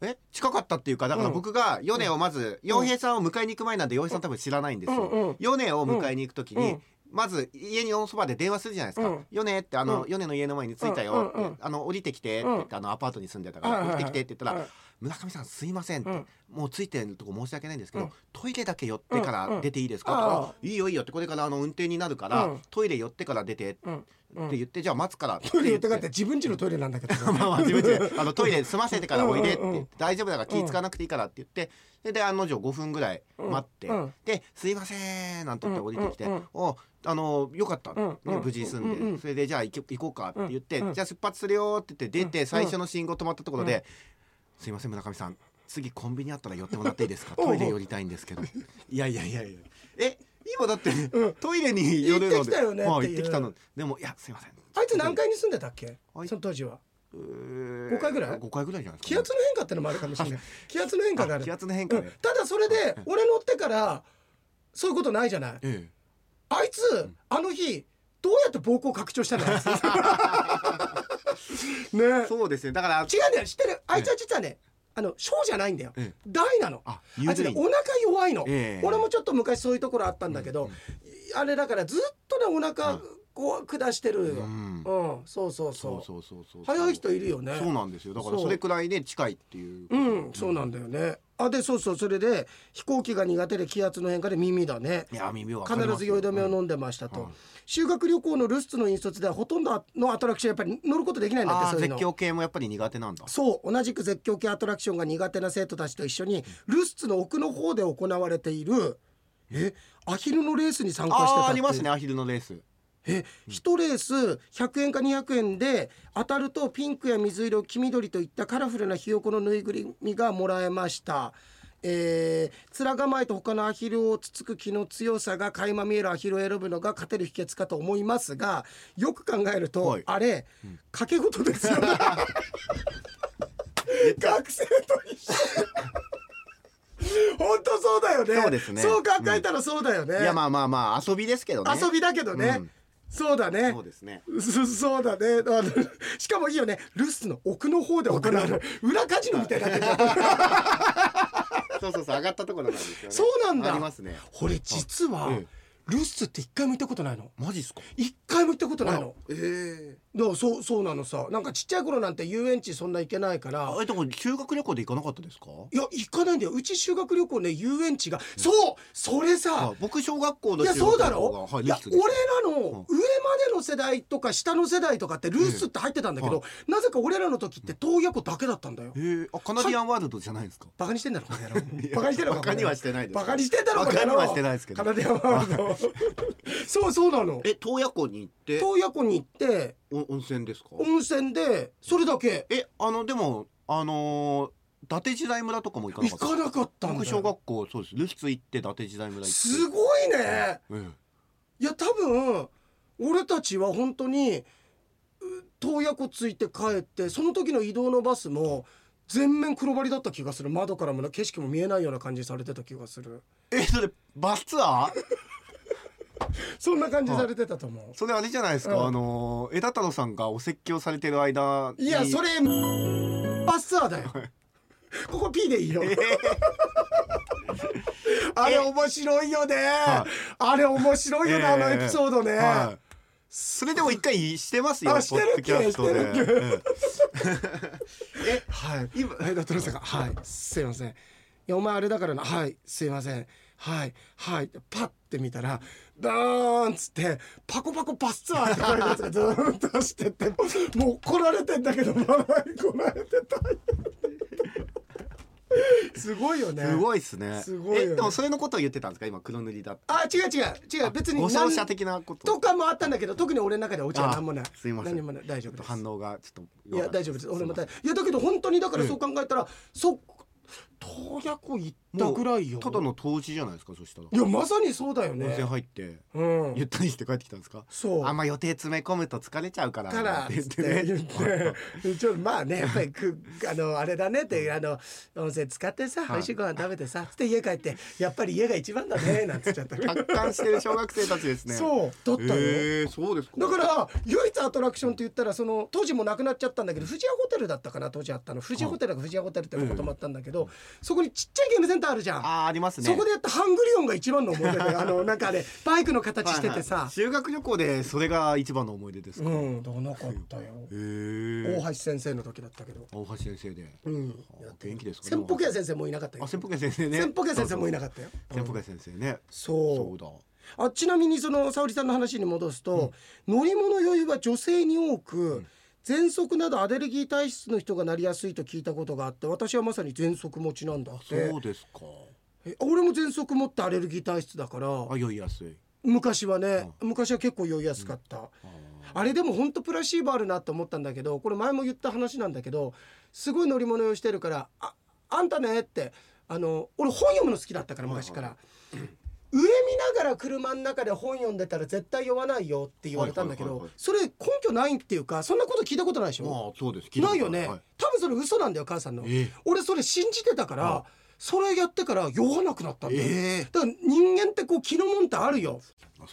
Speaker 2: え近かったっていうかだから
Speaker 1: うん
Speaker 2: 僕が米をまず洋、平さんを迎えに行く前なんで洋平さん多分知らないんです
Speaker 1: うんう
Speaker 2: よ
Speaker 1: ん。
Speaker 2: 米、を迎えに行く時に、
Speaker 1: うん
Speaker 2: まず家のそばで電話するじゃないです
Speaker 1: う
Speaker 2: か
Speaker 1: ん
Speaker 2: 「米、ネってあの
Speaker 1: うん
Speaker 2: 米、の家の前に着いたよ」って、
Speaker 1: うんうんうん
Speaker 2: あの「降りてきて」って言って、あのアパートに住んでたから
Speaker 1: はい
Speaker 2: 「
Speaker 1: はい
Speaker 2: 降
Speaker 1: はい
Speaker 2: りてきて」って言ったら「
Speaker 1: はい
Speaker 2: 村上さんすいません」って、
Speaker 1: うん
Speaker 2: もう着いてるとこ申し訳ないんですけど、
Speaker 1: うん
Speaker 2: トイレだけ寄ってか
Speaker 1: うんう
Speaker 2: ら
Speaker 1: ん
Speaker 2: 出ていいですか?」
Speaker 1: あ
Speaker 2: と
Speaker 1: あ
Speaker 2: か「いいよいいよ」ってこれからあの運転になるから、
Speaker 1: うん
Speaker 2: トイレ寄ってから出て」って
Speaker 1: うんうん
Speaker 2: 言って「じゃあ待つから」って
Speaker 1: トイレ
Speaker 2: 言
Speaker 1: 言
Speaker 2: っ
Speaker 1: っててかって自分家のトイレなんだけどね、
Speaker 2: まあまあ自分で あのトイレ済ませてからおいでって
Speaker 1: うんうんうん
Speaker 2: 大丈夫だから気使わなくていいからって言ってそれで案の定5分ぐらい待って、
Speaker 1: うんうん
Speaker 2: で「すいません」なんて言って降りてきて
Speaker 1: う
Speaker 2: 「
Speaker 1: んうん
Speaker 2: おあのよかった、
Speaker 1: ん
Speaker 2: ね
Speaker 1: うん
Speaker 2: 無事済んで、
Speaker 1: うんうん
Speaker 2: それでじゃあ行け行こうか」って言って、
Speaker 1: うんうん
Speaker 2: じゃあ出発するよ」って言って出て、
Speaker 1: うん
Speaker 2: 最初の信号止まったところで「すいません村上さん次コンビニあったら寄ってもらっていいですか
Speaker 1: おうお
Speaker 2: ト
Speaker 1: う
Speaker 2: イレ寄りたいんです けど」いやいやいやいやえ今だって、
Speaker 1: うん
Speaker 2: トイレに寄る
Speaker 1: 行
Speaker 2: ので
Speaker 1: ってきたよねっていう
Speaker 2: はい行ってきたのでもいやすいません
Speaker 1: あいつ何階に住んでたっけ
Speaker 2: あい
Speaker 1: その当時は
Speaker 2: 5
Speaker 1: 回ぐらい
Speaker 2: 5回ぐらいじゃないです
Speaker 1: 気
Speaker 2: かね、
Speaker 1: 圧の変化ってのもあるかもしれない気圧の変化があ
Speaker 2: あ
Speaker 1: る
Speaker 2: 気圧の変化で、
Speaker 1: うんただそれで俺乗ってからそういうことないじゃない
Speaker 2: え
Speaker 1: あいつ、あの日どうやって膀胱拡張したんだ
Speaker 2: え
Speaker 1: ね違うん
Speaker 2: そうですねだから
Speaker 1: だよ知ってるあいつは実はねあの小じゃないんだよ
Speaker 2: ええ
Speaker 1: 大なのあ
Speaker 2: あゆ
Speaker 1: いつ
Speaker 2: ず
Speaker 1: ね
Speaker 2: り
Speaker 1: お腹弱いの
Speaker 2: ええ
Speaker 1: 俺もちょっと昔そういうところあったんだけどあれだからずっとねお腹こう下してるよ
Speaker 2: うん
Speaker 1: うんそうそう
Speaker 2: そう
Speaker 1: そう
Speaker 2: そうそうそう
Speaker 1: 早い人いるよね
Speaker 2: そうなんですよだから
Speaker 1: そう
Speaker 2: それくらいね近いっていう
Speaker 1: うんそうなんんだよねあでそうそうそれで飛行機が苦手で気圧の変化で耳だね
Speaker 2: いや耳は
Speaker 1: 必ず酔い止めを
Speaker 2: ん
Speaker 1: 飲んでましたと、
Speaker 2: うん
Speaker 1: 修学旅行の留守の引率ではほとんどのアトラクションやっぱり乗ることできないんだって
Speaker 2: あ
Speaker 1: そ
Speaker 2: ー
Speaker 1: ういう
Speaker 2: 絶
Speaker 1: の
Speaker 2: 叫系もやっぱり苦手なんだ
Speaker 1: そう同じく絶叫系アトラクションが苦手な生徒たちと一緒に留守の奥の方で行われているえアヒルのレースに参加してた
Speaker 2: あ
Speaker 1: っ
Speaker 2: ー
Speaker 1: て
Speaker 2: ありますねアヒルのレース
Speaker 1: え1レース100円か200円で当たるとピンクや水色黄緑といったカラフルなひよこのぬいぐるみがもらえました。えー、面構えと他のアヒルをつつく気の強さが垣間見えるアヒルを選ぶのが勝てる秘訣かと思いますがよく考えると、
Speaker 2: はい
Speaker 1: あれ賭け事ですよ、学生と一緒本当そうだよね
Speaker 2: そうですね
Speaker 1: そう考えたらそうだよね、
Speaker 2: いやまあまあまあ遊びですけどね
Speaker 1: 遊びだけどね、
Speaker 2: うん
Speaker 1: そうだね
Speaker 2: そうですね
Speaker 1: そそうだねあのしかもいいよね留守の奥の方で行われる裏カジノみたいになってる
Speaker 2: そうそうそう上がったところなんですよね
Speaker 1: そうなんだ
Speaker 2: ありますね
Speaker 1: 俺実は
Speaker 2: え
Speaker 1: 留守って一回も行ったことないの
Speaker 2: マジっすか
Speaker 1: 一回も行ったことないの
Speaker 2: ええ
Speaker 1: だからそうそうなのさなんかちっちゃい頃なんて遊園地そんな行けないから
Speaker 2: あえでも修学旅行で行かなかったですか
Speaker 1: いや行かないんだようち修学旅行ね遊園地がそうそれさ
Speaker 2: あ僕小学校
Speaker 1: い
Speaker 2: の
Speaker 1: や
Speaker 2: 修
Speaker 1: そう
Speaker 2: 学
Speaker 1: だ
Speaker 2: 旅行が
Speaker 1: ろ
Speaker 2: はい
Speaker 1: い
Speaker 2: 留
Speaker 1: や
Speaker 2: 守
Speaker 1: 俺
Speaker 2: でした
Speaker 1: らの上までの世代とか下の世代とかってルースって入ってたんだけどなぜか俺らの時って洞爺湖だけだったんだよ
Speaker 2: えー、あカナディアンワールドじゃないんですか
Speaker 1: バカにしてんだろこの野 郎
Speaker 2: いや
Speaker 1: バカにしてんだろ
Speaker 2: バカにはしてないです
Speaker 1: バカにしてんだろこの野郎
Speaker 2: バカにはしてないですけど
Speaker 1: カナディアンワールド そうそうなの
Speaker 2: え洞爺湖に行って
Speaker 1: 洞爺湖に行って
Speaker 2: お温泉ですか
Speaker 1: 温泉でそれだけ
Speaker 2: えあのでもあのー、伊達時代村とかも行かな
Speaker 1: 行
Speaker 2: かった
Speaker 1: かなかったんだよ
Speaker 2: 僕小学校そうです留守行って伊達時代村行って
Speaker 1: すごいね
Speaker 2: え
Speaker 1: いや多分俺たちは本当にう洞爺湖ついて帰ってその時の移動のバスも全面黒張りだった気がする窓からもね景色も見えないような感じされてた気がする
Speaker 2: ええそれバスツア ー
Speaker 1: そんな感じされてたと思う
Speaker 2: それあれじゃないですか、
Speaker 1: うん
Speaker 2: あのー枝太郎さんがお説教されてる間に
Speaker 1: いやそれバスツアーだよここ P でいいよ、あれ面白いよね、
Speaker 2: はい
Speaker 1: あれ面白いよね、
Speaker 2: ええ
Speaker 1: あのエピソードね、
Speaker 2: はいそれでも一回してますよ
Speaker 1: あしてるっけ
Speaker 2: ポッドキャストで
Speaker 1: して
Speaker 2: ええ
Speaker 1: はい
Speaker 2: 今
Speaker 1: はいだとるさんがはいすいませんいやお前あれだからなはいすいませんはいはいパッて見たらダーンっつってパコパコパスツアーって書いたやつがずーっと走ってってもう来られてんだけど笑いこられて たすごいよね
Speaker 2: すごいっすね
Speaker 1: すごいよね
Speaker 2: えでもそれのことを言ってたんですか今黒塗りだって
Speaker 1: あ違う違う違う別に
Speaker 2: ご
Speaker 1: 何
Speaker 2: 勝者的なこと
Speaker 1: とかもあったんだけど特に俺の中ではお茶は
Speaker 2: あ
Speaker 1: 何もない
Speaker 2: すいません
Speaker 1: 何もない大丈夫です
Speaker 2: 反応がちょっと
Speaker 1: いや大丈夫です俺も
Speaker 2: た
Speaker 1: 大いやだけど本当にだから
Speaker 2: ええ
Speaker 1: そう考えたら、そ洞爺湖行ったぐらいよ
Speaker 2: ただの投資じゃないですかそしたら
Speaker 1: いやまさにそうだよ
Speaker 2: 温
Speaker 1: ね
Speaker 2: 泉入って
Speaker 1: うん
Speaker 2: ゆったりして帰ってきたんですか
Speaker 1: そう
Speaker 2: あんま予定詰め込むと疲れちゃうから
Speaker 1: から
Speaker 2: って言って
Speaker 1: って言
Speaker 2: ね
Speaker 1: ってちょっとまあねやっぱりくあのあれだねってあの温泉使ってさ
Speaker 2: い
Speaker 1: 美味しいご飯食べてさつって家帰ってやっぱり家が一番だねなんつっちゃった、
Speaker 2: 達観してる小学生たちですねう
Speaker 1: そうだったよ、
Speaker 2: えー、そうですか
Speaker 1: だから唯一アトラクションって言ったらその当時もうなくなっちゃったんだけど富士屋ホテルだったかな当時あったの富士屋ホテルだか富士屋ホテルってとこ泊まったんだけど、そこにちっちゃいゲームセンターあるじゃん、
Speaker 2: あーありますね
Speaker 1: そこでやったハングリオンが一番の思い出 であのなんかねバイクの形してて
Speaker 2: はいは
Speaker 1: さ
Speaker 2: い、修学旅行でそれが一番の思い出ですか、
Speaker 1: うんだからなかったよ
Speaker 2: え
Speaker 1: 大
Speaker 2: ー、
Speaker 1: 橋先生の時だったけど、
Speaker 2: 大橋先生で
Speaker 1: うん、
Speaker 2: あ元気ですか
Speaker 1: 千歩家先生もいなかったよ
Speaker 2: あ千歩家先生ね
Speaker 1: 千歩家先生もいなかったよ
Speaker 2: 千歩家先生ね
Speaker 1: そ
Speaker 2: そううだ
Speaker 1: あちなみにその沙織さんの話に戻すと、乗り物酔いは女性に多く、喘息などアレルギー体質の人がなりやすいと聞いたことがあって私はまさに喘息持ちなんだっ
Speaker 2: そ
Speaker 1: て
Speaker 2: うですか
Speaker 1: え俺も喘息持ってアレルギー体質だから
Speaker 2: あ酔いやすい
Speaker 1: 昔はね、昔は結構酔いやすかった、あれでも本当プラシーボあるなと思ったんだけどこれ前も言った話なんだけどすごい乗り物酔いしてるから「ああんたね」ってあの俺本読むの好きだったから昔から、上見ながら車の中で本読んでたら絶対酔わないよって言われたんだけど、
Speaker 2: はいはいはいはい
Speaker 1: それ根拠ないっていうかそんなこと聞いたことないでしょ、
Speaker 2: まあそうです聞た
Speaker 1: な
Speaker 2: こ
Speaker 1: い
Speaker 2: と
Speaker 1: よね、
Speaker 2: はい
Speaker 1: 多分それ嘘なんだよ母さんの、
Speaker 2: ええ
Speaker 1: 俺それ信じてたから、それやってから酔わなくなったんだよ、
Speaker 2: ええ
Speaker 1: だから人間ってこう気のもんってあるよ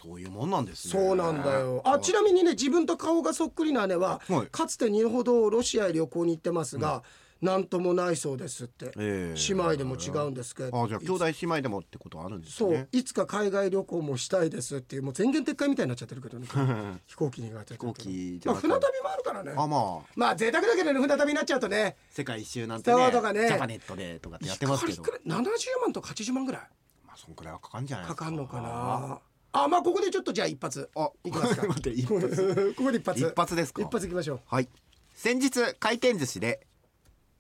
Speaker 2: そういうもんなんですね
Speaker 1: そうなんだよあちなみにね自分と顔がそっくりな姉は、
Speaker 2: はい
Speaker 1: かつて2ほどロシアへ旅行に行ってますが、なんともないそうですって、
Speaker 2: ええ
Speaker 1: 姉妹でも違うんですけど
Speaker 2: あじゃあ兄弟姉妹でもってことあるんです
Speaker 1: そう、
Speaker 2: ね
Speaker 1: いつか海外旅行もしたいですっていうもう全言撤回みたいになっちゃってるけどね 飛行機に飛
Speaker 2: 飛行機じ
Speaker 1: まあ
Speaker 2: ゃなく
Speaker 1: 船旅もあるからね
Speaker 2: あまあ
Speaker 1: まあ贅沢だけどね船旅になっちゃうとね
Speaker 2: 世界一周なんて
Speaker 1: そ
Speaker 2: ね
Speaker 1: うとかね
Speaker 2: ジャパネットでとかってやってますけど
Speaker 1: 光りくらい70万とか80万ぐらい
Speaker 2: まあそんくらいはかかんじゃないで
Speaker 1: か
Speaker 2: すか
Speaker 1: かんのかなあまあここでちょっとじゃあ一発
Speaker 2: あ
Speaker 1: いきますか
Speaker 2: 待って一
Speaker 1: こ
Speaker 2: 発
Speaker 1: こ で一発
Speaker 2: 一発ですか
Speaker 1: 一発いきましょう
Speaker 2: はい先日回転寿司で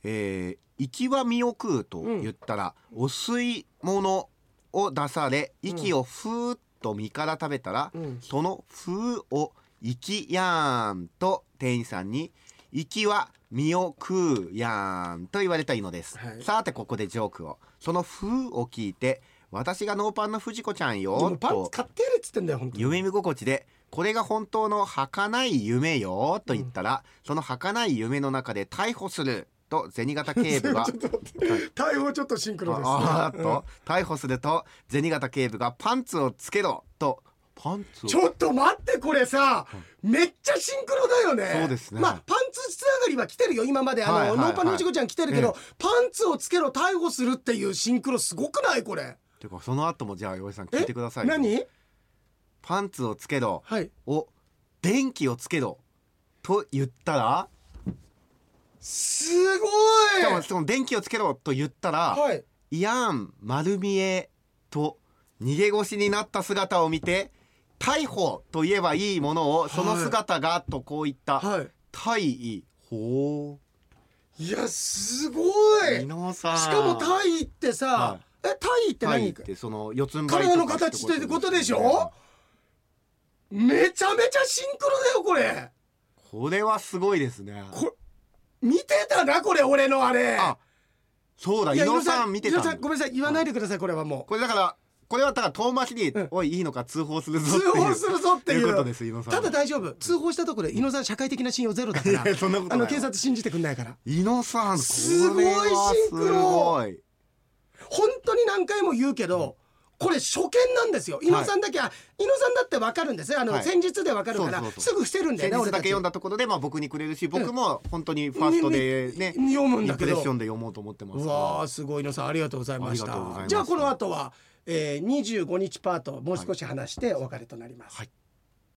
Speaker 2: えー、息は身を食うと言ったら、お吸い物を出され息をふーっと身から食べたら、
Speaker 1: うん
Speaker 2: その「ふ」を「息やーん」と店員さんに「息は身を食うやーん」と言われたいのです、
Speaker 1: はい
Speaker 2: さてここでジョークをその「ふ」を聞いて「私がノーパンの藤子ちゃんよ
Speaker 1: で」もパン
Speaker 2: と
Speaker 1: ツ買ってやれっつってんだよ本当に
Speaker 2: 夢見心地で「これが本当の儚い夢よ」と言ったら、その儚い夢の中で逮捕する と銭形警部が
Speaker 1: ちょっと待って対応ちょっとシンクロです
Speaker 2: ああーっと逮捕すると銭形警部が「パンツをつけろ」と「パンツを
Speaker 1: ちょっと待ってこれさ、めっちゃシンクロだよね。
Speaker 2: そうですね
Speaker 1: まあパンツつながりは来てるよ今まであの、
Speaker 2: はいはいはい
Speaker 1: ノーパンのうちこちゃん来てるけ
Speaker 2: え
Speaker 1: ど、パンツをつけろ逮捕するっていうシンクロすごくないこれ。
Speaker 2: てかその後もじゃあ岩井さん
Speaker 1: え
Speaker 2: 聞いてくださいよ
Speaker 1: 何？
Speaker 2: パンツをつけろ
Speaker 1: はい。
Speaker 2: を電気をつけろと言ったら
Speaker 1: すごい。
Speaker 2: しかもその電気をつけろと言ったら、
Speaker 1: はい。
Speaker 2: いやん丸見えと逃げ腰になった姿を見て逮捕と言えばいいものをその姿がとこういった、
Speaker 1: は
Speaker 2: 大意ほ
Speaker 1: い。いやすご
Speaker 2: う
Speaker 1: い。
Speaker 2: 伊
Speaker 1: し
Speaker 2: 野さん
Speaker 1: かもタイってさ
Speaker 2: は、
Speaker 1: えタイって
Speaker 2: 大意
Speaker 1: 何
Speaker 2: っ？てその四つん這い
Speaker 1: 体の
Speaker 2: とか
Speaker 1: 形ってことでしょ？めちゃめちゃシンクロだよこれ。
Speaker 2: これはすごいですね
Speaker 1: こ見てたなこれ俺のあれ。
Speaker 2: あそうだ
Speaker 1: い
Speaker 2: 伊
Speaker 1: や
Speaker 2: 野さん見てた
Speaker 1: 伊野さん
Speaker 2: んだ
Speaker 1: ごめんなさい言わないでくださいこれはもう。
Speaker 2: これだからこれはだから遠巻きに、
Speaker 1: うん
Speaker 2: おいいいのか通報するぞ
Speaker 1: 通
Speaker 2: っていう
Speaker 1: 報するぞってい
Speaker 2: いうこと
Speaker 1: う
Speaker 2: です伊野さん
Speaker 1: ただ大丈夫通報したところで伊野さん社会的な信用ゼロだから
Speaker 2: いや そんなこと
Speaker 1: あ
Speaker 2: ない
Speaker 1: の
Speaker 2: わ
Speaker 1: 警察信じてくんないから
Speaker 2: 伊野さん
Speaker 1: すごい
Speaker 2: これは
Speaker 1: シンクロ
Speaker 2: すごい
Speaker 1: 本当に何回も言うけどこれ初見なんですよ伊野さんだけは伊野さんだって分かるんですよあの
Speaker 2: はい
Speaker 1: 先日で分かるから
Speaker 2: そうそう
Speaker 1: すぐ伏せるんだ
Speaker 2: 先
Speaker 1: よね
Speaker 2: 日
Speaker 1: 俺
Speaker 2: だ
Speaker 1: た
Speaker 2: け
Speaker 1: ち
Speaker 2: 読んだところで、まあ、僕にくれるし僕も本当にファーストでね、
Speaker 1: みみ読むんだけど
Speaker 2: インプレッションで読もうと思ってます
Speaker 1: う
Speaker 2: から
Speaker 1: わあすごい伊野さんありがとうございました
Speaker 2: ありがとうございます
Speaker 1: じゃあこの後はえー25日パートもう少し話してお別れとなります
Speaker 2: はい